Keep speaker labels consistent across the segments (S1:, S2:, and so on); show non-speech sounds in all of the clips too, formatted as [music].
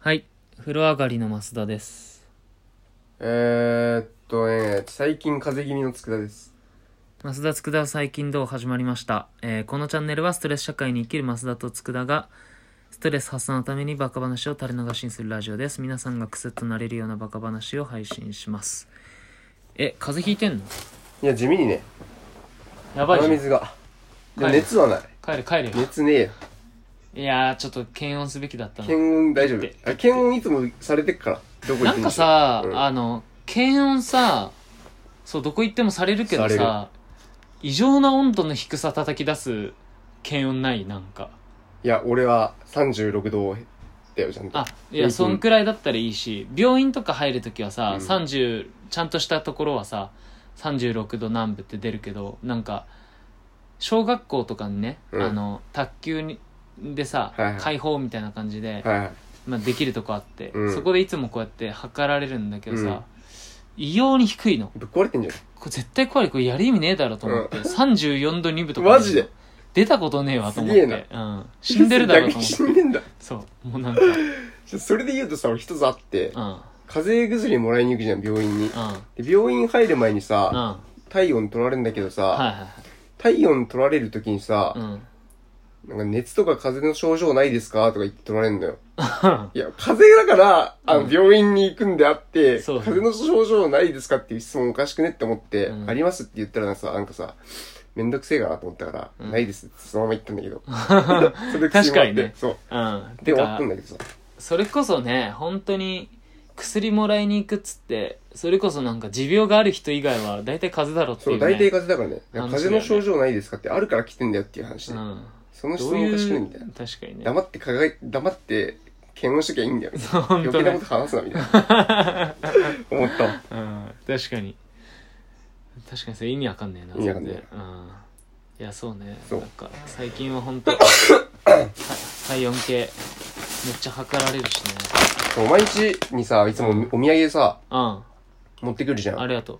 S1: はい。風呂上がりの増田です。
S2: えー、っとね、最近風邪気味の佃です。
S1: 増田佃最近どう始まりました、えーこのチャンネルはストレス社会に生きる増田と佃が、ストレス発散のためにバカ話を垂れ流しにするラジオです。皆さんがクスッとなれるようなバカ話を配信します。え、風邪ひいてんの
S2: いや、地味にね、
S1: やばいじ
S2: 鼻
S1: ゃん。
S2: 水が。でも
S1: 帰る
S2: 熱はない。
S1: 帰る帰るよ。
S2: 熱ねえよ。
S1: いやー、ちょっと検温すべきだったな。
S2: 検温大丈
S1: って
S2: 夫。あ、検温いつもされてっから。どこ行
S1: な
S2: って
S1: ん
S2: も
S1: かさ、
S2: うん
S1: あの、検温さ、そう、どこ行ってもされるけど
S2: さ
S1: さ、異常な温度の低さ叩き出す検温ないなんか。
S2: いや、俺は36度だよ、ちゃんと。
S1: あ、い
S2: 平
S1: や、
S2: 均
S1: そんくらいだったらいいし、病院とか入るときはさ、
S2: うん
S1: 30、ちゃんとしたところはさ、36度南部って出るけど、なんか、小学校とかにね、
S2: うん
S1: あの、卓球に、でさ、
S2: はいはい
S1: 解放みたいな感じで、
S2: はいはい。
S1: まあ、できるとこあって、
S2: うん
S1: そこでいつもこうやって測られるんだけどさ、異様に低いの。
S2: ぶっ壊れてんじゃ
S1: これ絶対怖い。これやる意味ねえだろと思って。34度2分と
S2: ん。
S1: か。
S2: マジで。
S1: 出たことねえわと思って。
S2: すげ
S1: うん。死んでるだろうと
S2: 逆
S1: 思
S2: に
S1: っ
S2: [laughs]
S1: て
S2: 死。んでんだ。
S1: そう。もうなんか、うん。
S2: ちょそれで言うとさ、俺一つあって、
S1: うん。
S2: 風邪薬もらいに行くじゃん、病院
S1: う
S2: に。
S1: ん。
S2: で病院入る前に
S1: うん。
S2: さ、
S1: は
S2: 体温取られるんだけど
S1: いは
S2: さ、
S1: いはい。
S2: 体温取られるときにさ
S1: う、ん。
S2: なんか熱とか風邪の症状ないですかとか言って取られるんだよ。いや、風邪だから、あ
S1: うん
S2: の、病院に行くんであって、
S1: そう
S2: 風邪の症状ないですかっていう質問おかしくねって思って、
S1: うん
S2: ありますって言ったらなんかさ、なんかさ、めんどくせえかなと思ったから、
S1: うん
S2: ないですってそのまま言ったんだけ
S1: [laughs]
S2: ど。それで薬もらって
S1: 確かにね
S2: そう。
S1: うん。
S2: で、
S1: て
S2: 終わっ
S1: か
S2: たん、だけどさ。
S1: それこそね、本当に、薬もらいに行くっつって、それこそなんか持病がある人以外は大体風邪だろって
S2: そ、
S1: いうう、ね。
S2: 大体風邪だからね。なんか風邪の
S1: 話だよ
S2: 症
S1: ね
S2: 状ないですかってあるから来てんだよっていう話で。
S1: うん。
S2: その質
S1: どう
S2: 問おかしく
S1: い
S2: ね
S1: う
S2: みたいな。
S1: 確かにね。
S2: 黙ってかがい、黙って、検温しときゃいいんだよ。
S1: 本
S2: 余
S1: 当
S2: 計なこ
S1: ね
S2: と。話すな、みたいな。思ったわ。
S1: [laughs] うん。確かに。確かにそれ意味わかんねえな。
S2: 意味わかんねえ
S1: それうん。いや、そうね。
S2: そう
S1: なんか、最近は
S2: [laughs]
S1: 本当た体温計、めっちゃ測られるしね。
S2: そう毎日にさ、いつもお土産でさ、
S1: うん。
S2: 持ってくるじゃん。
S1: ありがとう。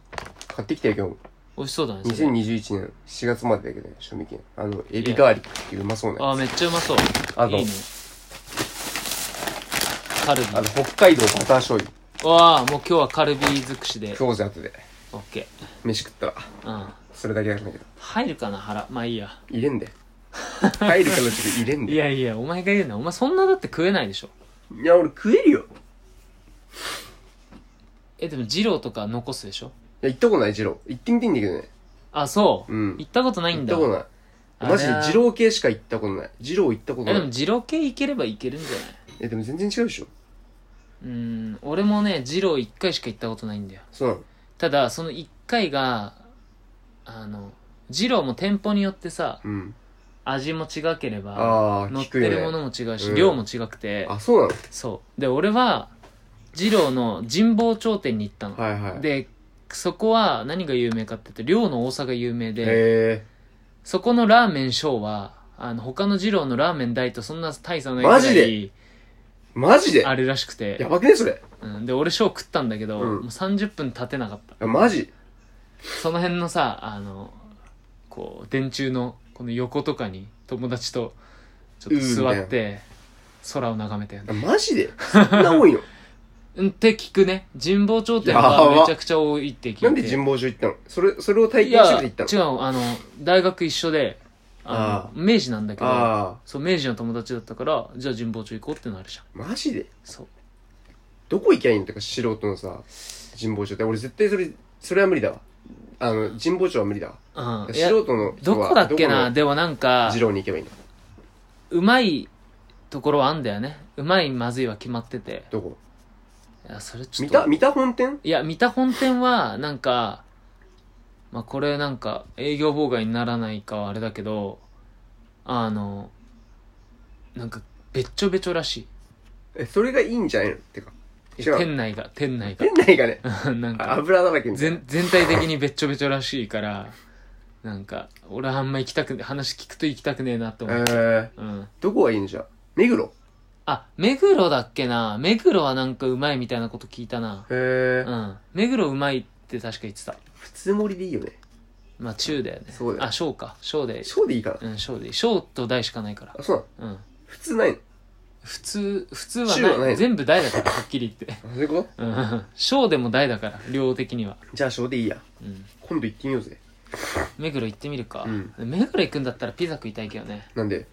S2: 買ってきたよ、今日。
S1: 美味しそうだね。それ
S2: 2021年7月までだけどね、賞味期限。あの、エビガーリックっていううまそうな
S1: あ
S2: や
S1: ーめっちゃうまそう
S2: あと
S1: いいねカルビ
S2: つ。あと、北海道バター醤油。
S1: わあもう今日はカルビ尽くしで
S2: クローゼ後で。
S1: オッケ
S2: 飯食ったら、
S1: ーうん
S2: それだけなんだけど。
S1: 入るかな腹まあいいや
S2: 入れんで。入るからって入れんで。
S1: いやいやお前が言うなお前そんなだって食えないでしょ
S2: いや、俺食えるよ。い
S1: えでも二郎とか残すでしょ
S2: や、行ったことない、ジロー。行ってみていいんだけどね。
S1: あそう、
S2: うん
S1: 行ったことない
S2: 行
S1: ん
S2: っ
S1: だ
S2: たことない。
S1: あ
S2: マジで
S1: れは
S2: ジロー系しか行ったことない。ジロー行ったこと
S1: え
S2: な
S1: で
S2: い
S1: も。二郎系行ければ行けるんじゃない
S2: え、でも全然違うでしょ。
S1: うん俺もね二郎一回しか行ったことないんだよ
S2: そうなの。
S1: ただその一回があの二郎も店舗によってさ
S2: うん。
S1: 味も違ければ
S2: あー、
S1: 乗っ
S2: 聞
S1: て
S2: くよ
S1: るも
S2: ね。
S1: のも違うし、
S2: うん
S1: 量も違くて、
S2: あ、そうなの
S1: そう。で、俺は、二郎の神保町店に行ったの。
S2: はいはい。、
S1: で、そこは何が有名かって言って、量の多さが有名で、
S2: へ
S1: そこのラーメン小は、あの、他の二郎のラーメン大とそんな大差ない
S2: マジで
S1: い
S2: ー。マジで
S1: あるらしくて
S2: や、ばくねそれ。
S1: うん、で、俺小食ったんだけど、
S2: う
S1: も
S2: ん
S1: う30分経てなかった。
S2: あマジ
S1: その辺のさ、あの、こう、電柱の、この横とかに友達と、ちょっと座って、空を眺めて
S2: あマジでそんな多いの
S1: うんって聞くね。神保町店
S2: やば
S1: はめちゃくちゃ多いって聞いて。
S2: なんで神保町行ったのそれ、それを体
S1: い
S2: 験
S1: や、
S2: してて
S1: 違
S2: 行ったの
S1: う、あの、大学一緒で、あの、明治なんだけど、
S2: あ
S1: そう、明治の友達だったから、じゃあ神保町行こうってなるじゃん。
S2: あ、マジで
S1: そう。
S2: どこ行きゃいいのとか素人のさ、神保町って。俺絶対それ、それは無理だわ。あの、神保町は無理だわ。
S1: うん。いや、
S2: 素人の人
S1: ど
S2: は
S1: こだっけな、
S2: ど
S1: でもなん
S2: こ
S1: か
S2: の、二郎に行けばいいの
S1: うまいところはあんだよね。うまい、まずいは決まってて。
S2: どこ
S1: いや、それちょっ
S2: 三
S1: と。
S2: 田、三田本店
S1: いや、三田本店は、なんか、まあ、これなんか、営業妨害にならないかはあれだけど、あの、なんか、べっちょべちょらし
S2: え、それがいいんじゃないのってか。
S1: い。
S2: 違う。
S1: 店内が、店内
S2: 店内がね、
S1: が。 [laughs] なん
S2: あ
S1: か、
S2: 油だらけみたいな。
S1: 全、全体的にべっちょべちょらしいから、なんか、俺はあんま行きたくね、話聞くと行きたくねえなって思う。
S2: えー、
S1: うん。
S2: どこがいいんじゃ目黒
S1: あ、目黒だっけな目黒はなんかうまいみたいなこと聞いたな。
S2: へえ、
S1: うん。目黒うまいって確か言ってた。
S2: 普通盛りでいいよね。
S1: まあ、中だよね。
S2: そうだよ
S1: あ、小か。小で
S2: 小でいいかな。
S1: うん、小でいい。小と大しかないから。
S2: あ、そうなの
S1: うん。
S2: 普通ないの
S1: 普通普通
S2: 中
S1: は
S2: は
S1: な
S2: ないい
S1: 全部大だからはっきり言って
S2: あそういうこと
S1: うん小でも大だから量的には
S2: じゃあ、小でいいや。
S1: うん
S2: 今度行ってみようぜ。
S1: 目黒行ってみるか、
S2: うん
S1: 目黒行くんだったらピザ食いたいけどね
S2: なんで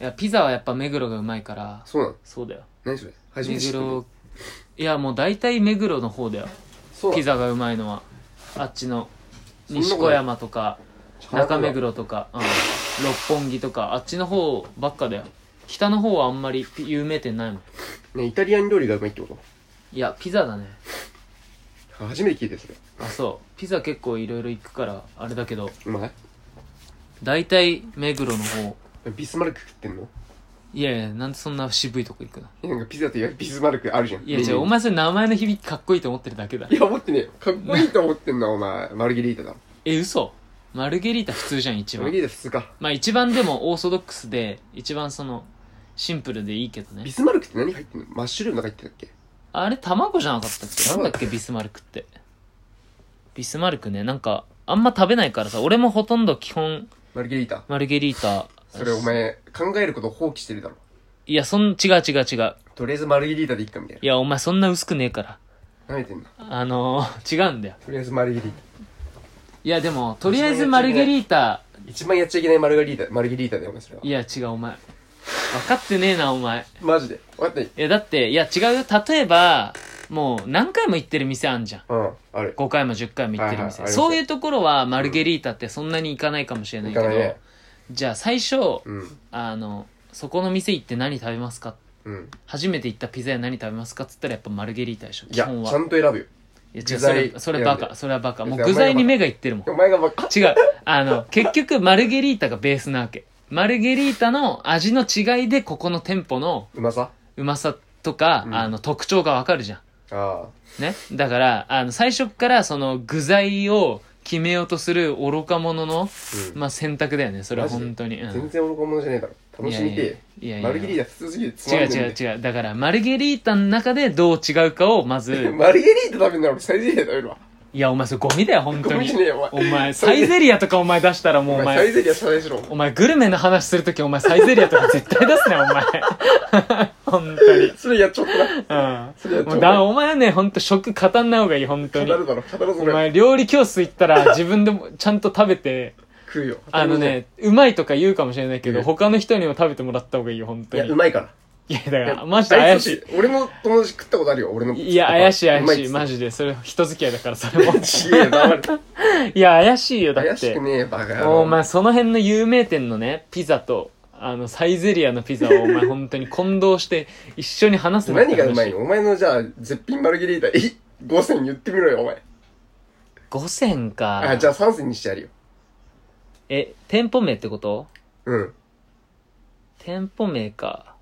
S1: いやピザはやっぱ目黒がうまいから
S2: そうなの
S1: そうだよ
S2: 何それ初め
S1: 目
S2: て知った
S1: 黒いやもう大体目黒の方だよ
S2: そう
S1: ピザがうまいのはあっちの
S2: そんなこと
S1: 西小山とか
S2: 花
S1: 中
S2: 束
S1: 目黒とか、うん、六本木とかあっちの方ばっかだよ北の方はあんまりピ有名店ないもん
S2: ねイタリアン料理がうまいってこと
S1: いやピザだね
S2: あ初めて聞いたよそれ
S1: あそうピザ結構いろいろ行くからあれだけど
S2: うまい
S1: 大体目黒の方
S2: ビスマルク食ってんの
S1: いやいやなんでそんな渋いとこ行くの
S2: いやなんかピザといえばビスマルクあるじゃん
S1: いや
S2: メニ
S1: じ
S2: ュ
S1: ゃあ
S2: ーに
S1: お前それ名前の響きかっこいいと思ってるだけだ
S2: いや思ってねえよかっこいいと思ってんのはお前マルゲリータだ
S1: え嘘マルゲリータ普通じゃん一
S2: マル
S1: 番
S2: ゲリータ普通か
S1: まあ一番でもオーソドックスで一番そのシンプルでいいけどね
S2: ビスマルクって何入ってんのマッシュルームなんか入ってたっけ
S1: あれ卵じゃなかったっけな
S2: そ
S1: ん
S2: う
S1: だっけビスマルクってビスマルクねなんかあんま食べないからさ俺もほとんど基本
S2: マルゲリータ
S1: マルゲリータ
S2: それお前考えることを放棄してるだろ
S1: いやそん違う違う違う
S2: とりあえずマルゲリータでいいかみたい
S1: いやお前そんな薄くねえから
S2: な舐めてんな
S1: あのー、違うんだよ
S2: とりあえずマルゲリータ
S1: いやでもとりあえずマルゲリータ
S2: 一番やっちゃいけないマルゲリータマルゲリータだよお前それはい
S1: や違うお前分かってねえなお前
S2: マジで分かった
S1: いやだっていや違うよ例えばもう何回も行ってる店あんじゃん
S2: うんある
S1: 5回も10回も行ってる
S2: はいはいあります
S1: 店
S2: ね
S1: そういうところはマルゲリータってそんなに行かないかもしれないけど、
S2: 行かないね
S1: じゃあ最初、
S2: うん
S1: あのそこの店行って何食べますか
S2: うん
S1: 初めて行ったピザ屋何食べますかっつったらやっぱマルゲリータでしょ
S2: い
S1: 基
S2: や
S1: 本は
S2: ちゃんと選ぶよ
S1: いや違う
S2: 具
S1: そ
S2: 材
S1: れそれバ
S2: 選ん
S1: カ
S2: で
S1: それはバカもう
S2: いや
S1: 具材に目がいってるもん
S2: お前が分かっ
S1: [laughs] 違うあの結局マルゲリータがベースなわけマルゲリータの味の違いでここの店舗の
S2: うまさ
S1: うまさとか、
S2: うん
S1: あの特徴がわかるじゃん
S2: ああ
S1: ね、だからあの最初っからその具材を決めようとする愚か者の、
S2: うん
S1: まあ、選択だよねそれは
S2: マジで
S1: 本当に、うん
S2: 全然愚か者じゃねえだろ楽しみて
S1: いやいやいやいやいや
S2: えマルゲリータ普通すぎてつまん
S1: 違
S2: ね
S1: う
S2: え
S1: 違
S2: ん
S1: う違うだからマルゲリータの中でどう違うかをま
S2: だ [laughs]
S1: ず
S2: よマルゲリータ食べんなら俺サイゼリヤ食べるわ
S1: いやお前それゴミだよ本当
S2: ゴミ
S1: に
S2: じゃねえよお
S1: お
S2: 前
S1: 前サイゼリアとかお前出したらもうお
S2: お前サイ
S1: 前
S2: ゼリヤ謝罪しろ
S1: お前グルメの話するときお前サイゼリアとか絶対出すねお前 [laughs] 本当に
S2: それやっちゃったそれや
S1: う
S2: っ
S1: ん
S2: ちゃ
S1: も
S2: お
S1: うだお
S2: う
S1: 前はね本当食語んない方がいい本当
S2: な
S1: に
S2: 語るだろ語るぞ
S1: お
S2: これ
S1: 前料理教室行ったら自分でもちゃんと食べて
S2: 食うよ
S1: あのね、うまいとか言うかもしれないけど、
S2: うん
S1: 他の人にも食べてもらった方がいいよ、本
S2: い
S1: 当
S2: や
S1: に。
S2: うまいから
S1: いや、だから、マジで怪し
S2: い俺の友達食ったことあるよ俺の
S1: い。いや、怪しい怪しい、マ
S2: ジ
S1: ジで。それ、人付き合いだから、それも。
S2: ちげえよ
S1: [laughs]
S2: 黙れ
S1: いや、怪しいよ、だっ
S2: 怪してく。ねえよバカ野郎
S1: お前、その辺の有名店のね、ピザと、あの、サイゼリアのピザを、お
S2: [laughs]
S1: 前、本当に混同して、一緒に話すなって
S2: 何がうま
S1: 話
S2: いのお前のじゃあ絶品マルゲリータえ5000言ってみろよお前
S1: 五千か。
S2: あじゃあ3000にしてやるよ
S1: え、店舗名ってこと
S2: うん
S1: 店舗名か。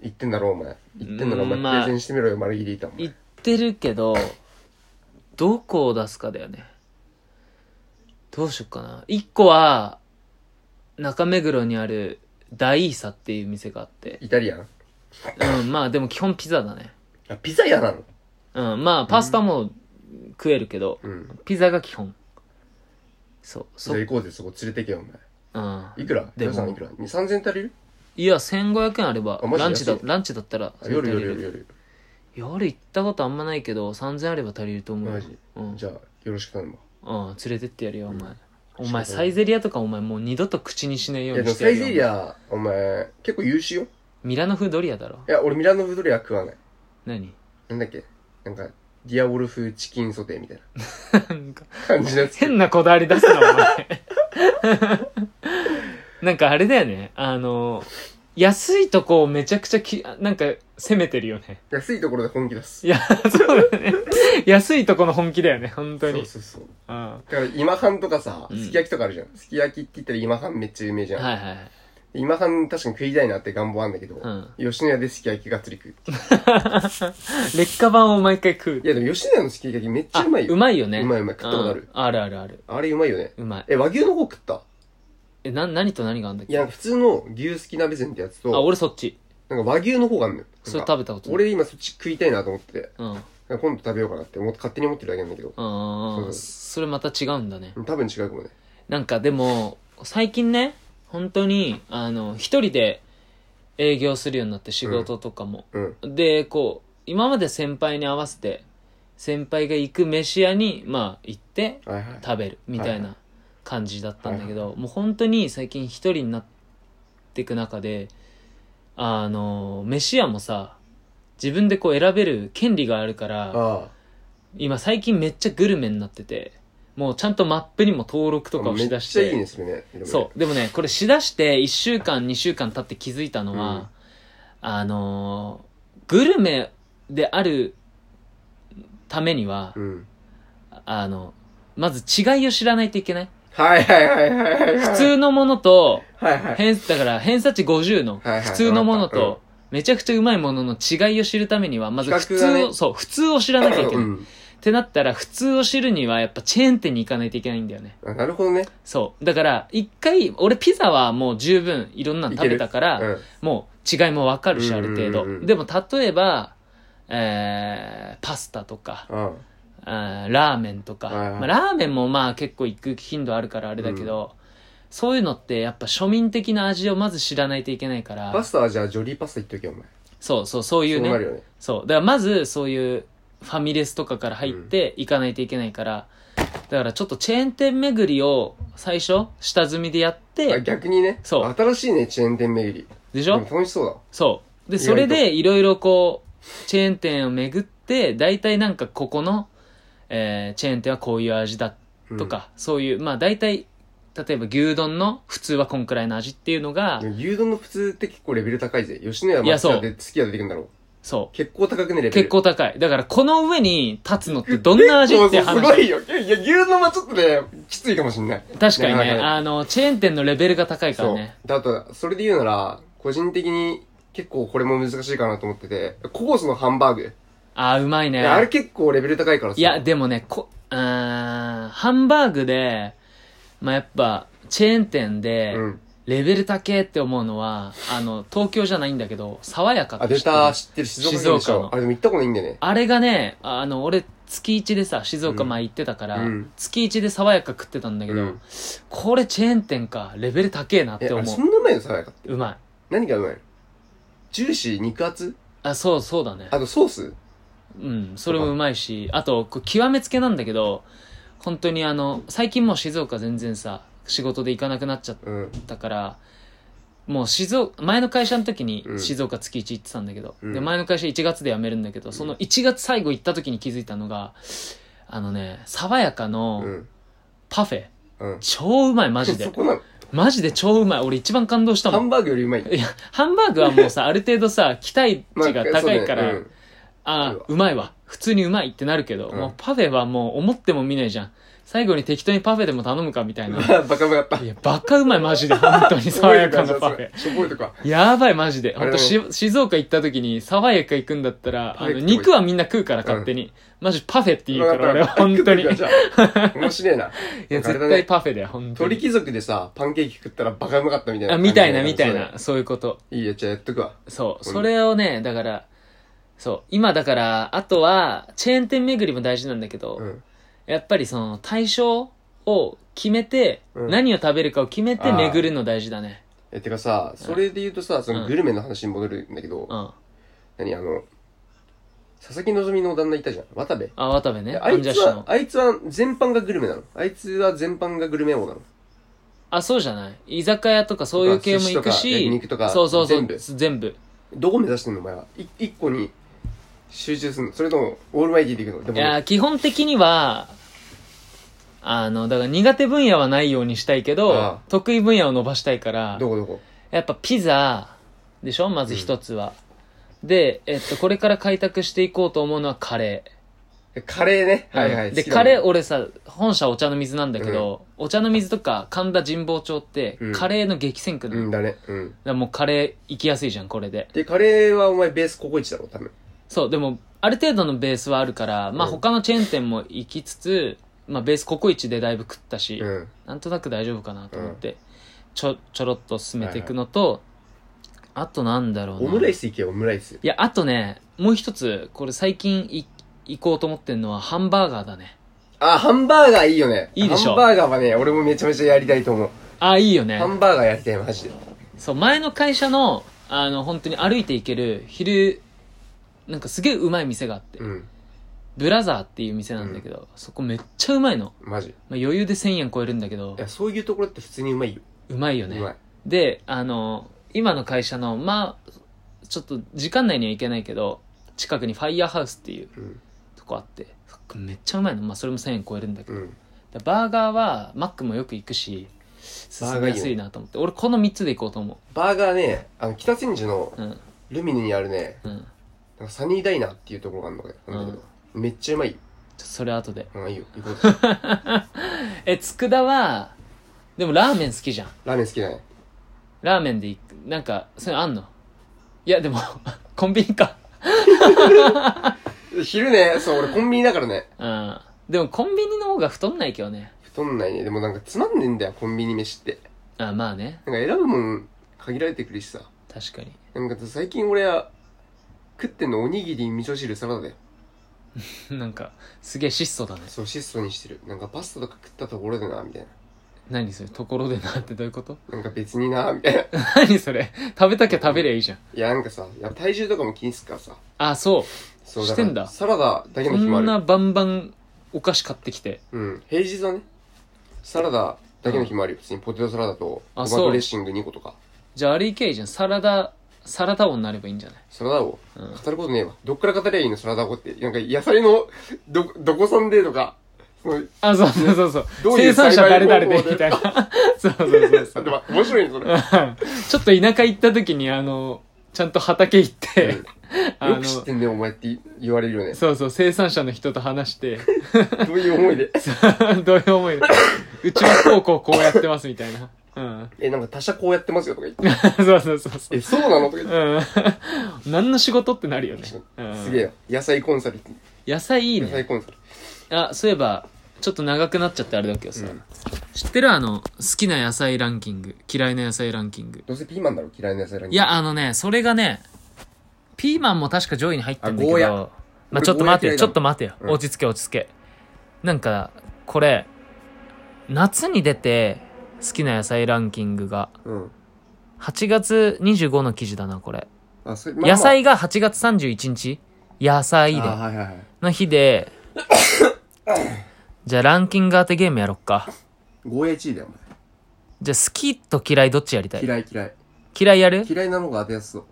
S2: 言ってんだろお前言ってんだろ
S1: う
S2: お前
S1: ん
S2: プ
S1: まあ
S2: レゼンしてみろよマルゲリータお前
S1: 言ってるけど、どこを出すかだよね。どうしよっかな。一個は、中目黒にある、ダイーサっていう店があって。
S2: イタリアン
S1: うん、まあでも基本ピザだね。
S2: あピザ屋なの
S1: うん、まあパスタも食えるけど、
S2: うん
S1: ピザが基本。そう、
S2: じゃ
S1: そ
S2: あ
S1: う、
S2: 行こうぜそこ連れてけよお前
S1: うん。
S2: いくら
S1: でも
S2: 皆さんいくら ?3000 足りる
S1: いや、1500円あれば
S2: あ、マジ
S1: ラ
S2: で
S1: ンチだ
S2: 安、い
S1: ランチだったら、
S2: あ夜
S1: 絶対足
S2: 夜
S1: り
S2: 夜
S1: る
S2: 夜。
S1: 夜行ったことあんまないけど、3000あれば足りると思うよ。
S2: マジ
S1: うん。
S2: じゃあ、よろしく頼む
S1: う
S2: わ。
S1: ん、連れてってやるよ、お前。お
S2: ん
S1: 前、サイゼリアとかお前もう二度と口にしないよ
S2: いうや、
S1: に
S2: でも
S1: して
S2: サ
S1: やる
S2: イ
S1: よ。
S2: ゼリア、お前、結構優秀よ。
S1: ミラノ風ドリアだろ。
S2: いや、俺ミラノフードリア食わない。
S1: 何 [laughs]
S2: なんだっけなんか、ディアウォルフチキンソテーみたいな
S1: なんか、
S2: 感じのやつ。 [laughs]
S1: 変なこだわり出すな、お前。 [laughs] なんかあれだよね。あの、安いとこをめちゃくちゃき、なんか攻めてるよね。
S2: 安いところで本気出す。
S1: いや、そうだね。安いとこの本気だよね、本当
S2: そ
S1: に
S2: う。そうそう。
S1: うん。は
S2: だから、今半とかさ、
S1: うん
S2: すき焼きとかあるじゃん。すき焼きって言ったら今半めっちゃ有名じ
S1: い
S2: ゃん。
S1: はいはい。
S2: 今半確かに食いたいなって願望あんだけど、
S1: うん
S2: 吉野家ですき焼きがっつり食う。
S1: 劣化版を毎回食う
S2: い。や、でも吉野家のすき焼きめっちゃうまいよ。
S1: うまいよね。
S2: うまいうまい食ったことある
S1: うんあるあるある。
S2: あれうまいよね。
S1: うまい。
S2: え、和牛の方食った
S1: え、な、何と何があるんだっ
S2: い
S1: け
S2: や、普通の牛すき鍋膳ってやつと、
S1: あ、俺そっち。
S2: なんか和牛の方があんのよ。
S1: それ
S2: なんか
S1: 食べたことない。
S2: 俺今そっち食いたいなと思ってて、
S1: うん。うん
S2: 今度食べようかなって思って勝手に思ってるだけなんだけど、
S1: うんう
S2: そ
S1: ん。
S2: う
S1: それまた違うんだね。
S2: 多分違うかもね。
S1: なんかでも、最近ね、本当に、あの、一人で、営業するようになって仕事とかも、
S2: うん。
S1: でこう今まで先輩に合わせて先輩が行く飯屋にまあ行って
S2: はいはい。
S1: 食べるみたい
S2: はいは
S1: な感じだったんだけど、もう本当に最近一人になっていく中であの飯屋もさ自分でこう選べる権利があるから
S2: あ
S1: 今最近めっちゃグルメになっててもうちゃんとマップにも登録
S2: あ。
S1: とかを
S2: め
S1: し
S2: っ
S1: だし
S2: ちゃ
S1: て
S2: いいですよね。色々ね
S1: そう。でもね、これしだして1週間、2週間経って気づいたのは、
S2: うん
S1: あのーグルメであるためには、
S2: うん。
S1: あの、まず違いを知らないといけない。
S2: はいはいはいはいはいはい。
S1: 普通のものと、
S2: はいはい。
S1: 偏、だから偏差値50の
S2: はいはい
S1: 普通のもの
S2: わかっ
S1: と、めちゃくちゃうまいものの違いを知るためには、まず普
S2: 比較
S1: 通
S2: が
S1: を、
S2: ね
S1: そう、普通を知らなきゃいけ
S2: う
S1: ない。っ
S2: ん。
S1: てなったら、普通を知るには、やっぱチェーン店に行かないといけないんだよね。
S2: あなるほどね。
S1: そう。だから、一回、俺ピザはもう十分いろんなの食べたから、
S2: うん。
S1: もう違いもわかるし、
S2: うん
S1: ある程
S2: うんうん
S1: 度。
S2: うん
S1: でも、例えば、えー、パスタとか、
S2: あ
S1: あーラーメンとか、
S2: はいはい
S1: まあ、ラーメンもまあ結構行く頻度あるからあれだけど、そういうのってやっぱ庶民的な味をまず知らないといけないか
S2: あパ
S1: ら、
S2: スタはじゃあジョリーパスタ言っとけよ、お前。
S1: そうそう、そういう
S2: そうなる
S1: ね。
S2: よね。
S1: そう。だからまず、そういうファミレスとかから入って行かないといけないから、だからちょっとチェーン店巡りを最初、下積みでやって、
S2: あ逆にね。
S1: そう
S2: 新しいね、チェーン店巡り。
S1: でし
S2: で
S1: ょ
S2: も楽しそうだわ。
S1: そう。で、
S2: 意外と
S1: それでいろいろこう、チェーン店を巡って、大体なんかここの、えーチェーン店はこういう味だ
S2: うん
S1: と。か、そういう、まあ大体、例えば牛丼の普通はこんくらいの味っていうのが
S2: で、も牛丼の普通って結構レベル高いぜ。吉野家
S1: いや
S2: 松
S1: そう
S2: 屋で月が出てくるんだろう。
S1: そ
S2: 結構高くね、レ
S1: う。
S2: ベル。
S1: 結構高い。だからこの上に立つのってどんな味
S2: そう
S1: って
S2: [laughs] そうすご
S1: 話。
S2: いよ。いや、いや牛丼はちょっとね、きついかもしんない。
S1: 確かに
S2: な
S1: ね、
S2: なか
S1: あの、チェーン店のレベルが高いから
S2: そう
S1: ね。。
S2: だと、それで言うなら、個人的に結構これも難しいかなと思ってて、ココスのハンバーグ。
S1: ああ、うまい
S2: い
S1: ね。
S2: やあれ結構レベル高いからさ。
S1: いや、でもね、こ、うーん、ハンバーグで、まあやっぱ、チェーン店で、
S2: うん。
S1: レベル高えって思うのは、あの、東京じゃないんだけど、爽やかって
S2: あ、出
S1: 知ってる
S2: た、知ってる、静岡県でし
S1: 静岡
S2: ょ。
S1: の
S2: あれでも行ったことないんだよね。
S1: あれがね、あの、俺、月1でさ、静岡前行ってたから、
S2: うん
S1: 月1で爽やか食ってたんだけど、
S2: うん
S1: これチェーン店か、レベル高えなっ
S2: え、
S1: て
S2: あ
S1: 思
S2: れ
S1: う
S2: そ。んなうまいの爽やかって。
S1: うまい。
S2: 何がうまいのジューシー、肉厚
S1: あ、そう、そうだね
S2: あ。とソース
S1: うん、それもうまいし、あと、こう極めつけなんだけど、本当にあの、最近もう静岡全然さ、仕事で行かなくなっちゃっ
S2: うん。
S1: だからもう静岡前の会社の時に
S2: うん
S1: 静岡月1行ってたんだけど、
S2: うん
S1: で前の会社1月で辞めるんだけど、その1月最後行った時に気づいたのがあのね爽やか
S2: う
S1: の
S2: ん。
S1: パフェ、
S2: うん。
S1: 超うまいマジ
S2: そ
S1: で
S2: こなの。
S1: マジで超うまい俺一番感動した
S2: ハ
S1: も
S2: ン
S1: ん
S2: バーグよりうまい。
S1: いやハンバーグはもう
S2: [laughs]
S1: さある程度さ期待
S2: まあ
S1: 値が高いから、
S2: そうだねうん
S1: あ
S2: う
S1: あ
S2: わ
S1: うまいわ普通にうまいってなるけど、
S2: うん
S1: もうパフェはもう思っても見ないじゃん最後に適当にパフェでも頼むかみたい [laughs]
S2: [laughs]
S1: な
S2: バカバカだった
S1: い。やバカうまいマジで本当に爽やかのパフェ
S2: しょぼいとか。
S1: やばい、マジで。ほんと、
S2: あれ
S1: し静岡行った時に、爽やか行くんだったら、あ
S2: パフェ
S1: の、
S2: って言う
S1: 肉はみんな食うから、勝手に。マジ、パフェって言うから、俺は本当に。い
S2: わかったわかった
S1: [laughs]
S2: 面白いな。
S1: や、
S2: なんかあ
S1: 絶
S2: れだね
S1: 対パフェだよ、本当
S2: 鳥
S1: に。
S2: 貴族でさ、パンケーキ食ったらバカうまかったみたいな
S1: あ、
S2: 感じ
S1: み
S2: だ
S1: た
S2: よ
S1: い
S2: ね。
S1: な、みたい
S2: そう
S1: な、そういうこと。
S2: だね。いいや、じゃあやっとくわ。
S1: そう。
S2: うん
S1: それをね、だから、そう。今だから、あとは、チェーン店巡りも大事なんだけど、
S2: うん。
S1: やっぱりその、対象を決めて、
S2: うん
S1: 何を食べるかを決めて
S2: あー
S1: 巡るの大事だね。
S2: え、てかさ、それで言うとさ、そのグルメの話に戻るんだけど、
S1: うん。あ、
S2: 何あの、佐々木希の旦那いたじゃん。渡部。
S1: 渡部ね。
S2: あ
S1: アン
S2: い
S1: ジャッ
S2: つ
S1: シュ
S2: は
S1: の、。
S2: あいつは全般がグルメなの。あいつは全般がグルメ王なの。
S1: あ、そうじゃない居酒屋とかそういう系も行くし、
S2: 寿司とか焼肉とか
S1: そうそうそう、
S2: 全部
S1: 全部。
S2: どこ目指してんのお前は。い一個に集中するのそれとも、オールマイティーでいくので
S1: い
S2: も
S1: や
S2: ね、
S1: ー、基本的には、あの、だから苦手分野はないようにしたいけど、
S2: ああ
S1: 得意分野を伸ばしたいから、
S2: どこどこ
S1: やっぱピザでしょまず一つは。で、えっと、これから開拓していこうと思うのはカレー。
S2: カレーね。はいは
S1: う
S2: い。
S1: んで、
S2: 好きだ
S1: カ
S2: ね
S1: レー、俺さ、本社お茶の水なんだけど、お茶の水とか神田神保町って、
S2: うん
S1: カレーの激戦区なの。
S2: うん
S1: だか
S2: だね。うん。
S1: らもうカレー行きやすいじゃん、これで。
S2: で、カレーはお前ベースココイチだろ、多分。
S1: そう、でも、ある程度のベースはあるから、まあ
S2: うん
S1: 他のチェーン店も行きつつ、まあベースココイチでだいぶ食ったし、
S2: うん。
S1: なんとなく大丈夫かなと思って、ちょ、ちょろっと進めていくのと、あとなんだろうな。
S2: オムライ
S1: ス
S2: ス行けよ、オムライス。
S1: いや、あとね、もう一つ、これ最近い行こうと思ってんのはハンバーガーだね。
S2: あ、ハンバーガーいいよね。
S1: いいでしょ
S2: ハンバーガーはね、俺もめちゃめちゃやりたいと思う。
S1: あ、いいよ
S2: ハ
S1: ね。
S2: ンバーガーやりたい、マジで。
S1: そう、前の会社の、あの、本当に歩いて行ける、昼、なんかすげえうまい店があって、
S2: うん。
S1: ブラザーっていう店なんだけど、そこめっちゃうまいの。
S2: マジ。い
S1: まあ、余裕で1000円超えるんだけど、
S2: や、そういうところって普通にうまいよ。
S1: うまいよ
S2: う
S1: ね。
S2: まい。
S1: で、あの、今の会社の、まあ、ちょっと時間内には行けないけど、近くにファイヤーハウスっていう
S2: うん。
S1: とこあって、そっかめっちゃうまいの。まあ、それも1000円超えるんだけど。
S2: うん。
S1: でバーガーは、マックもよく行くし、進みやすいなと思って。俺、この3つで行こうと思
S2: バーガーね、あの、北千住の
S1: う。うん。
S2: ルミネにあるね、
S1: うん。
S2: なんかサニーダイナーっていうところがあるのかななんだけど、めっちゃうまいよ。
S1: ちょそれ後で。
S2: うん、いいよ。行こうぜ
S1: え、佃は、でもラーメン好きじゃん。
S2: ラーメン好きだね。
S1: ラーメンで行く。なんか、それあんのいや、でも、コンビニか。
S2: 昼ね、そう、俺コンビニだからね。
S1: うん。でも、コンビニの方が太んないけどね。
S2: 太んないね。でもなんかつまんねえんだよ、コンビニ飯って。
S1: あ、まあね。
S2: なんか選ぶもん限られてくるしさ。
S1: 確かに。
S2: なんか最近俺は、食ってんのおにぎり、味噌汁、サラダだよ。
S1: [laughs] なんか、すげえ質素だね。
S2: そう、質素にしてる。なんかパスタとか食ったところでな、みたい
S1: 何それところでなってどういうこと [laughs]
S2: な。なんか別にな、みたいな。い
S1: 何それ食べたきゃ食べりゃいいじゃん。
S2: や、なんかさ、いや体重とかも気にすっからさ。
S1: あ、そう。
S2: そう
S1: し
S2: だ
S1: て
S2: か
S1: んだ
S2: ら、サラダだけ
S1: こ
S2: の日もあ
S1: んな
S2: る。
S1: バンバンお菓子買ってきて。
S2: うん。平日はね、サラダだけの日もあるよ。普通にポテトサラダと、ご
S1: あ
S2: ま
S1: そう
S2: ドレッシング2個とか。
S1: じゃああれいけばいいじゃん。サラダ、サラダ王になればいいんじゃない
S2: サラダを
S1: うん
S2: 語ることねえわ。どっから語りゃいいの、サラダをって。なんか野菜の、ど、どこさんでとか、その、
S1: あ、そうそうそうそう。
S2: どうい
S1: 生
S2: う
S1: 産
S2: 栽培
S1: 者誰々で、
S2: 方法
S1: みたい
S2: で
S1: な。 [laughs] そうそうそうそ
S2: あ
S1: う
S2: [laughs] で。も面白いね、そ
S1: [laughs]
S2: れ。
S1: ちょっと田舎行った時に、あの、ちゃんと畑行って、あ
S2: よ
S1: の
S2: く、知ってんね、お前って言われるよね。
S1: そうそう、生産者の人と話して、 [laughs]
S2: どういう思いで。
S1: どういう思いで、うちはこうこうこうやってますみたいな。うん。 [laughs]
S2: え、なんか他社こうやってますよとか言って。
S1: そうそうそうそう。
S2: え、そうなのとか言って。
S1: うん。何の仕事ってなるよね。うん、
S2: すげえよ。野菜コンサル。
S1: 野菜いい
S2: 野菜
S1: ね。
S2: コンサル。
S1: あ、そういえば、ちょっと長くなっちゃってあれだけどさ。
S2: うん
S1: 知ってるあの、好きな野菜ランキング。嫌いな野菜ランキング。
S2: どうせピーマンだろ、嫌いな野菜ラン
S1: いや、あのね、それがね、ピーマンも確か上位に入ってんだけ
S2: あゴーヤ
S1: ど、まあちょっと待てよ、
S2: 俺ゴーヤ嫌い
S1: ちょ
S2: だもん
S1: っと待てよ。
S2: うん
S1: 落ち着け、落ち着け。なんか、これ、夏に出て好きな野菜ランキングが、
S2: うん。
S1: 8月25の記事だな、これ。
S2: あ、それ、
S1: 野菜が8月31日野菜
S2: い
S1: で。
S2: はいはいはい。
S1: の日で、
S2: [coughs]
S1: じゃあランキング当てゲームやろっか。
S2: ゴーヤチーだよ、
S1: じゃあ好きと嫌いどっちやり
S2: お
S1: た
S2: 前。
S1: い
S2: 嫌い嫌い。
S1: 嫌いやる
S2: 嫌いなのが当てやすそう。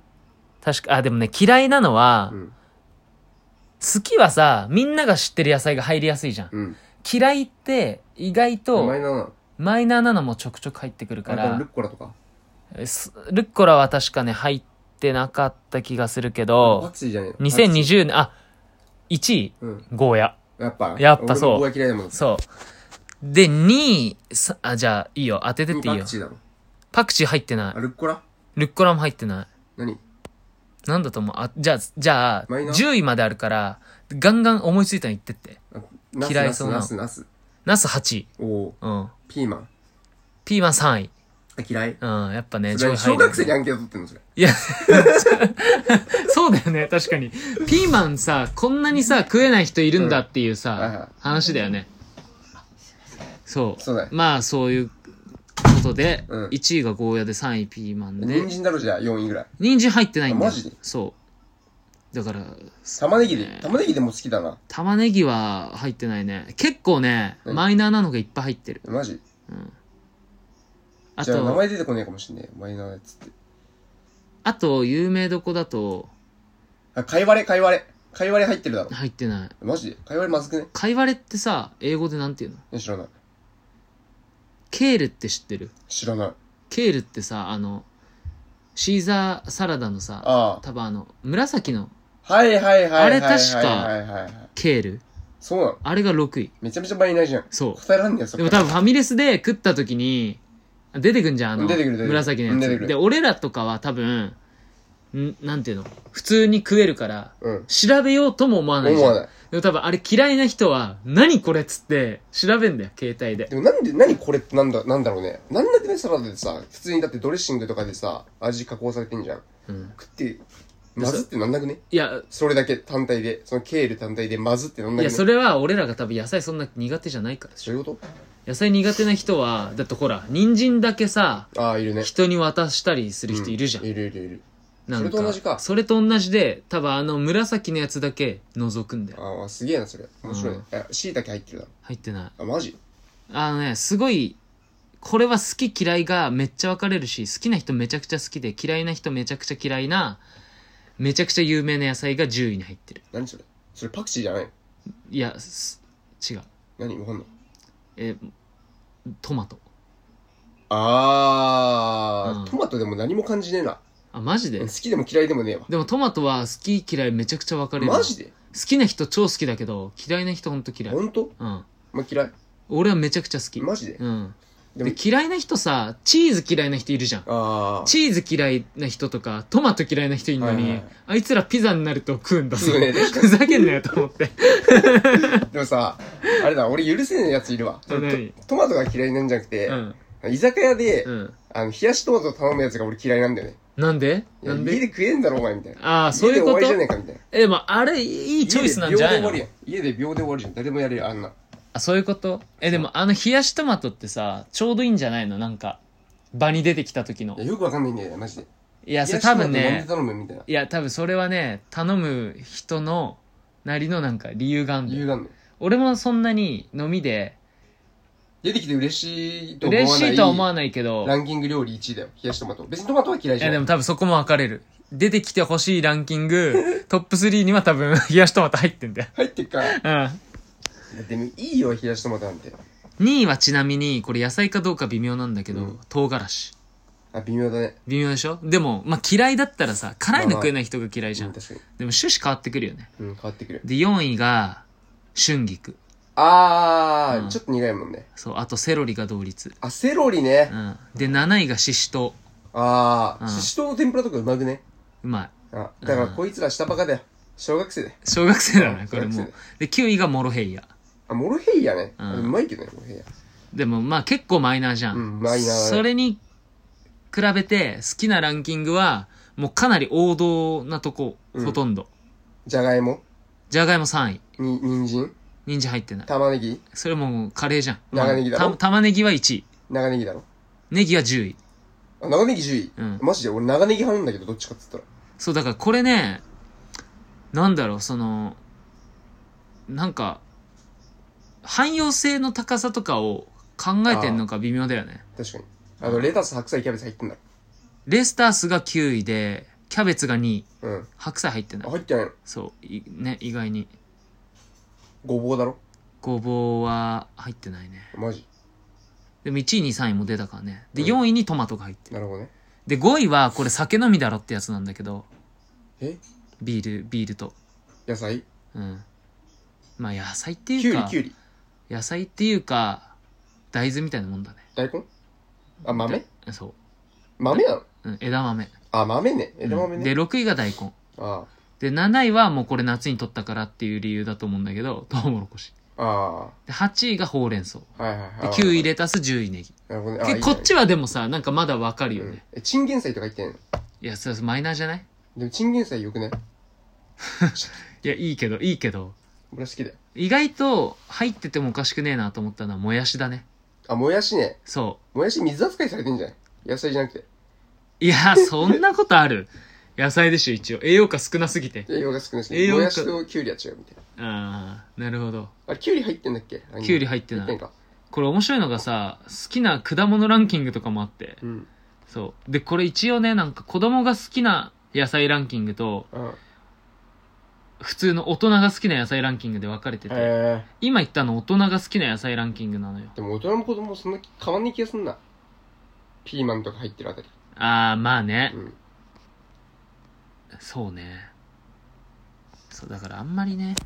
S1: 確か、あ、でもね、嫌いなのは
S2: う、ん。
S1: 好きはさ、みんなが知ってる野菜が入りやすいじゃん。
S2: うん。
S1: 嫌いって、意外
S2: お
S1: と、
S2: 前なの。
S1: マイナーなのもちょくちょく入ってくるか
S2: あんたル
S1: ら
S2: ッ、コラとか。
S1: えすルッコラは確かね、入ってなかった気がするけ
S2: パ
S1: ど
S2: ク、チーじゃねえの。パクチ
S1: 2020年、あ、1位、
S2: ー。うん。
S1: ゴーヤ。
S2: やっぱ。
S1: やっぱそう
S2: 俺もゴーヤ嫌いだもん。
S1: そう。で、2位、さあ、じゃあ、いいよ。当ててっていい
S2: パ
S1: よ
S2: ク。チーだろ。
S1: パクチー入ってない
S2: あ、。ルッコラ
S1: ルッコラも入ってない。
S2: 何
S1: なんだと思うあ、じゃあ、じゃあ、
S2: マイナー
S1: 10位まであるから、ガンガン思いついたの言ってって。
S2: あナス
S1: 嫌いそうな
S2: ナスナスナス。
S1: ナス8位。
S2: おお。
S1: うん。
S2: ピーマン。
S1: ピーマン3位。
S2: あ、嫌い。
S1: うん、やっぱね、
S2: それ
S1: 入る
S2: 小学生にアンケート取ってんのそれ。
S1: いや、 [laughs] そうだよね、確かに。ピーマンさ、こんなにさ、食えない人いるんだっていう
S2: うんはいはい
S1: さ、話だよね。そう。
S2: そうだよ
S1: まあ、そういうことで、
S2: うん
S1: 1位がゴーヤで3位ピーマンで
S2: 人、参だろ、じゃあ、4位ぐらい。
S1: 人参入ってないんだよ
S2: あマジで
S1: そう。だから、
S2: 玉ねぎで、玉ねぎでも好きだな。
S1: 玉ねぎは入ってないね。結構ね、
S2: うん
S1: マイナーなのがいっぱい入ってる。
S2: マジ
S1: あ
S2: じゃあ名
S1: と、
S2: 前出てこねえかもしんねえ。マイナーなやつって。
S1: あと、有名どこだと、
S2: あ、かいわれ、かいわれ。かいわれ入ってるだろ。
S1: 入ってない。
S2: マジでかいわれまずくね
S1: かいわれってさ、英語でなんて言うの
S2: え知らない。
S1: ケールって知ってる
S2: 知らない。
S1: ケールってさ、あの、シーザーサラダのさ、
S2: ああ。
S1: 多分あの、紫の
S2: はいはいはいはい。
S1: あれ確か
S2: はいはいはい。
S1: ケール。
S2: そうなの
S1: あれが6位。
S2: めちゃめちゃマイナーじゃん。
S1: そ。
S2: 答えらんねえよ、そうっ
S1: で
S2: か
S1: も
S2: ら
S1: 多分ファミレスで食った時に、出てくんじゃん、あの、
S2: 出てくる出てくる
S1: 紫の
S2: 出て
S1: や
S2: く
S1: つ。
S2: る
S1: で、俺らとかは多分、ん、なんていうの普通に食えるから、
S2: うん。
S1: 調べようとも思わないじ
S2: 思
S1: ゃ
S2: わ
S1: ん。
S2: ない。
S1: でも多分あれ嫌いな人は、何これっつって、調べんだよ、携帯で。
S2: でもなんで、何これってなんだ、なんだろうね。なんだってね、サラダでさ、普通にだってドレッシングとかでさ、味加工されてんじゃん。
S1: うん。
S2: 食って、まずってなんなくね
S1: いや、
S2: それだけ単体で、そのケール単体でまずってなんないくね
S1: や、それは俺らが多分野菜そんな苦手じゃないから。
S2: そういうこ
S1: 野菜苦手な人は、だってほら、人参だけさ、
S2: とああ、いるね。
S1: 人に渡したりする人いるじゃん。
S2: いるいるいる。
S1: なんか
S2: それと同じか
S1: それと同じで多分あの紫のやつだけ覗くんだよ
S2: ああ、すげえな、それ。面白いね
S1: うん。
S2: え、椎茸入ってるだろ。
S1: 入ってない
S2: あ、マジ
S1: あのねすごいこれは好き嫌いがめっちゃ分かれるし好きな人めちゃくちゃ好きで嫌いな人めちゃくちゃ嫌いなめちゃくちゃ有名な野菜が10位に入ってる
S2: 何それそれパクチーじゃないの
S1: いやす違う
S2: 何わかんない。
S1: えトマトう
S2: あ
S1: ん
S2: ー、トマトでも何も感じねえな。
S1: あマジで
S2: 好きでも嫌いでもねえわ。
S1: でもトマトは好き嫌いめちゃくちゃ分かれる
S2: マジで
S1: 好きな人超好きだけど嫌いな人ほんと嫌い
S2: ほんと
S1: うん
S2: まあ、嫌い。
S1: 俺はめちゃくちゃ好き
S2: マジで
S1: うん
S2: で
S1: で
S2: も
S1: 嫌いな人さチーズ嫌いな人いるじゃん
S2: あー。
S1: チーズ嫌いな人とかトマト嫌いな人いるのに、
S2: はいはいはい
S1: あいつらピザになると食うんだぞ
S2: 食うね
S1: ふざけんなよと思って
S2: でもさ、あれだ、俺許せねえやついるわ。
S1: え何
S2: トトマトが嫌いなんじゃなくて
S1: う、ん
S2: 居酒屋で
S1: う、ん
S2: あの、冷やしトマト頼むやつが俺嫌いなんだよね。
S1: なんで
S2: いや
S1: なん
S2: 家で
S1: で
S2: 食えんだろ、お前、みたいな。
S1: ああそういうこ
S2: 家で
S1: と
S2: 終わりじゃねえか、みたいな。
S1: えでもあれいいチョイスなんじゃないの
S2: 家で秒で終わりやん家で秒で終わりじゃん。誰でもやれるよ、あんな。
S1: あそういうことえでもあの冷やしトマトってさちょうどいいんじゃないのなんか場に出てきた時の
S2: いやよくわかんないんだよ、マジで。
S1: いやそれ多分
S2: 冷やし
S1: ね
S2: トマトなんで頼むみたいな。
S1: いや多分それはね頼む人のなりのなんか理由があんだ
S2: 理
S1: よ
S2: 由があんのよ。
S1: 俺もそんなに飲みで
S2: 出てきて嬉しいと思わない。
S1: 嬉しいとは思わないけど
S2: ランキング料理1位だよ。冷やしトマト。別にトマトは嫌い
S1: い
S2: じゃ
S1: やで
S2: ない。
S1: も多分そこも分かれる。出てきてほしいランキング、トップ3には多分、 [laughs] 冷やしトマト入ってんだよ。
S2: 入ってっから。
S1: う
S2: でもいいよ、冷やしトマトなんて。
S1: ん。2位はちなみに、これ野菜かどうか微妙なんだけど、
S2: うん
S1: 唐辛子。
S2: あ、微妙だね。
S1: 微妙でしょでも、まあ、嫌いだったらさ、辛いの食えない人が嫌いじゃ
S2: うん
S1: ん。でも
S2: 確かに。
S1: 趣旨変わってくるよね。
S2: うん、変わってくる。
S1: で、4位が、春菊。
S2: あー、
S1: うん
S2: ちょっと苦いもんね。
S1: そう、あとセロリが同率。
S2: あ、セロリね
S1: う。ん。で、7位がシシト
S2: あ
S1: うん
S2: ー、ししとうの天ぷらとかうまくね。
S1: ウ。うまい。
S2: あ、だからこいつら下バカだよ。小学生だよ。
S1: 小学生だね、これ
S2: 小
S1: も
S2: 学
S1: で、
S2: 生。
S1: 9位がモロヘイヤ。
S2: あ、モロヘイヤね。
S1: うん
S2: あうまいけどね、モロヘイヤ。
S1: でもまあ結構マイナーじゃん。
S2: うんマイナーだね
S1: それに比べて好きなランキングはもうかなり王道なとこ、
S2: うん
S1: ほとんど。
S2: じゃがいも
S1: じゃがいも3位。
S2: に、人参
S1: 人参入ってない。
S2: 玉ねぎ
S1: それもうカレーじゃん。
S2: 長ネギだろ
S1: まあた玉ねぎは1位。
S2: 長ネギだろ
S1: ネギは10位。
S2: あ、長ネギ10位。
S1: うん
S2: マジで俺長ネギ派なんだけど、どっちかっつったら。
S1: そうだからこれね、なんだろう、その、なんか、汎用性の高さとかを考えてんのか微妙だよね。
S2: 確かに。あの、レタス、白菜、キャベツ入ってんだ
S1: レスタースが9位で、キャベツが2位。
S2: ろ。うん。
S1: 白菜入ってな
S2: あ、
S1: い。
S2: 入ってないの
S1: そう、いね、意外に。
S2: ごぼうだろ
S1: ごぼうは入ってないね。
S2: マジ。
S1: でも1位、2位、3位も出たからね。で、
S2: うん
S1: 4位にトマトが入ってる。
S2: なるほどね。
S1: で、5位はこれ酒飲みだろってやつなんだけど、
S2: え
S1: ビール、ビールと。
S2: 野菜
S1: うん。まあ野菜って
S2: きゅ
S1: いうう
S2: り、
S1: か
S2: きゅ、うり。
S1: 野菜っていうか、大豆みたいなもんだね。
S2: 大根あ、豆
S1: だそ
S2: 豆なの
S1: う。うん、枝豆。
S2: あ、豆ね。枝豆
S1: うん
S2: ね。
S1: で、6位が大根。
S2: あ
S1: で、7位はもうこれ夏に取ったからっていう理由だと思うんだけど、 [laughs] トウモロコシ。
S2: あ。あ
S1: で、8位がほうれん草。
S2: あ。はいはい
S1: で、
S2: はい。
S1: 9位。レタス、10位ネギ。
S2: なるほどね。あ
S1: け
S2: いい
S1: こっちはでもさ、なんかまだわかる
S2: いい
S1: よ
S2: ね
S1: ね。
S2: うんえ、チンゲン菜とか入ってないの
S1: いや、それマイナーじゃない
S2: でもチンゲン菜よくない
S1: いや、いいけど、いいけど。
S2: 俺は好きだよ。
S1: 意外と入っててもおかしくねえなと思ったのはもやしだね。
S2: あ、もやしね。
S1: そ
S2: もやし水扱いされてんじゃない野菜じゃなくて。
S1: う。いや、 [laughs] そんなことある。野菜でしょ、一応。栄養価少なすぎて。
S2: 栄養が少ないし、
S1: 栄養
S2: も
S1: 価
S2: やしときゅうりは違うみたいな。
S1: ああ、なるほど。
S2: あれ、きゅうり入ってんだっけ
S1: きゅうり入ってない
S2: 入ってんか。
S1: これ面白いのがさ、好きな果物ランキングとかもあって。
S2: うん。
S1: そう。で、これ一応ね、なんか子供が好きな野菜ランキングと、
S2: うん。
S1: 普通の大人が好きな野菜ランキングで分かれてて、
S2: へ
S1: 今言ったの大人が好きな野菜ランキングなのよ
S2: え。。でも大人も子供もそんな変わんない気がすんな。ピーマンとか入ってるあたり。
S1: ああ、まあね
S2: う。ん。
S1: そうねそうだからあんまりね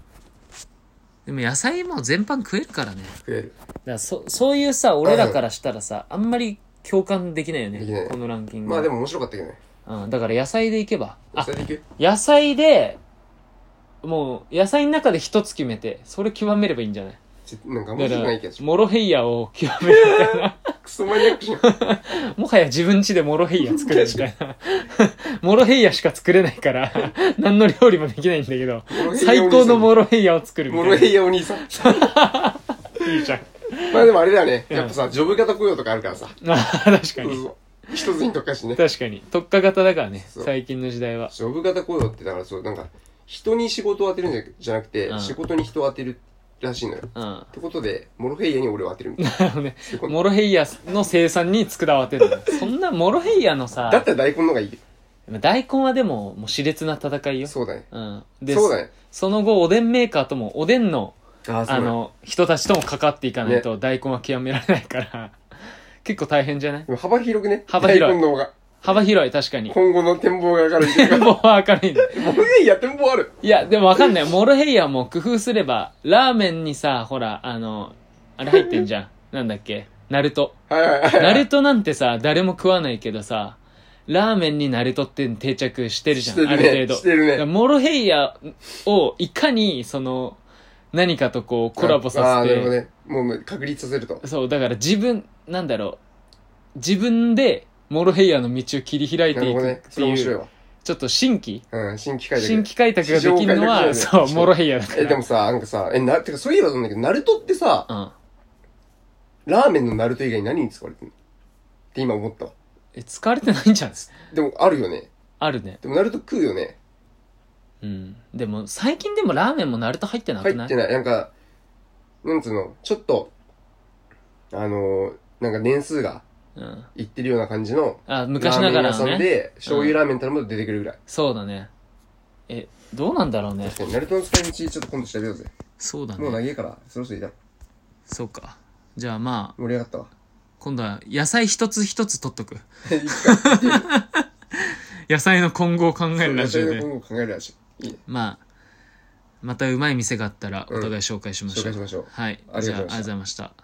S1: でも野菜も全般食えるからね
S2: 食える。
S1: だからそそういうさ俺らからしたらさ、あんまり共感できないよ
S2: できな
S1: ね
S2: い
S1: このランキング
S2: まあでも面白かったけどね。
S1: も、うん、だから野菜でいけばあ
S2: それでいく
S1: 野菜でもう野菜の中で一つ決めてそれ極めればいいんじゃない
S2: ちなんか面
S1: だか
S2: 白くない気
S1: ら
S2: がする。
S1: モロヘイヤを極めるみたいな
S2: クソマニアックじゃん。
S1: もはや自分家でモロヘイヤ作るみたいなモロヘイヤしか作れないから何の料理もできないんだけど [laughs] 最高のモ
S2: ロ
S1: ロヘイヤを作るみ
S2: モ
S1: たいな
S2: ロヘイヤお兄さん。
S1: いいじゃん。
S2: まあでもあれだよね。
S1: うん
S2: やっぱさ、ジョブ型雇用とかあるからさ。
S1: あー確か
S2: そう
S1: に。
S2: そう一つに特化してね。
S1: 確かに特化型だからね
S2: そう
S1: 最近の時代は
S2: ジョブ型雇用って、だからそう、なんか、人に仕事を当てるんじゃじゃなくて、
S1: うん
S2: 仕事に人を当てるらしいのよ。っ
S1: うん
S2: てことで、モロヘイヤに俺を当てるみた
S1: [laughs]
S2: いな。
S1: あのね
S2: そういうこと
S1: モロヘイヤの生産に佃わって
S2: [laughs]
S1: るのそんなモロヘイヤの
S2: だ
S1: さ
S2: ったら大根の方がいいよ。
S1: 大根はでももう熾烈な戦いよ
S2: そうだね。
S1: うんで
S2: そうだね。
S1: その後おでんメーカーともおでんの
S2: ああ
S1: あの人たちとも関わっていかないと大根は極められないから、 [laughs] 結構大変じゃない
S2: でも幅広くね。
S1: 幅広い
S2: 大根の方が。
S1: 幅広い確かに [laughs]
S2: 今後の展望が上がる。
S1: 展望は明るいね
S2: モロヘイヤ展望ある。
S1: いやでもわかんないモロヘイヤも工夫すればラーメンにさほらあのあれ入ってんじゃ [laughs] んなんだっけナル
S2: [laughs]
S1: ト
S2: はいはいはい。
S1: ナルトなんてさ誰も食わないけどさラーメンにナルトって定着してるじゃん、
S2: してるね
S1: ある程度
S2: してるね
S1: だからモロヘイヤをいかにその何かとこうコラボ
S2: あ
S1: さ
S2: あ、
S1: せて
S2: なるほどね。もうもう確立させると。
S1: そう、だから自分、なんだろう。自分で、モロヘイヤの道を切り開い
S2: な
S1: て
S2: る
S1: い
S2: ほ
S1: く
S2: どね。
S1: っ
S2: そ
S1: て
S2: れ
S1: い、
S2: 面白いうわ。
S1: ちょっと新規
S2: うん、新規開拓。
S1: 新規開拓ができるのは、
S2: 市場開拓だ
S1: そ
S2: よ
S1: う、
S2: ね
S1: モロヘイヤだから。
S2: え、でもさ、なんかさ、え、な、てかそういえばなんだけど、ナルトってさ、
S1: うん。
S2: ラーメンのナルト以外に何に使われてんのって今思ったわ。
S1: え、使われてないんじゃん。
S2: でもあるよね。
S1: あるね。
S2: でもナルト食うよね。
S1: うん。でも、最近でもラーメンもナルト入ってなく
S2: 入ってな。
S1: ないい
S2: なんか、なんつうの、ちょっと、あのーなんか年数が
S1: うん。
S2: いってるような感じの、
S1: あ、昔ながらの
S2: ラーメン屋さん
S1: ね。
S2: で、醤油ラーメン頼むと出てくるぐらい。
S1: そうだね。え、どうなんだろうね
S2: 確。かに、ナルトの使い道、ちょっと今度調べようぜ。
S1: そうだ
S2: もう長
S1: ね。
S2: いから、そろそろいいだろ。
S1: そうか。じゃあまあ、
S2: 盛り上がっ
S1: [laughs]
S2: たわ。
S1: 今度は野菜一つ一つ取っとく。
S2: いいか。
S1: 野菜の今後を考えるラジオ
S2: そ
S1: で
S2: れ。今後考えるラジオ。いいね。
S1: まあ、またうまい店があったらお互い紹介しましょう。
S2: 紹介しましょう
S1: はい。
S2: あり
S1: じ
S2: が
S1: ゃあ、ありが
S2: と
S1: と
S2: うございました
S1: うございました。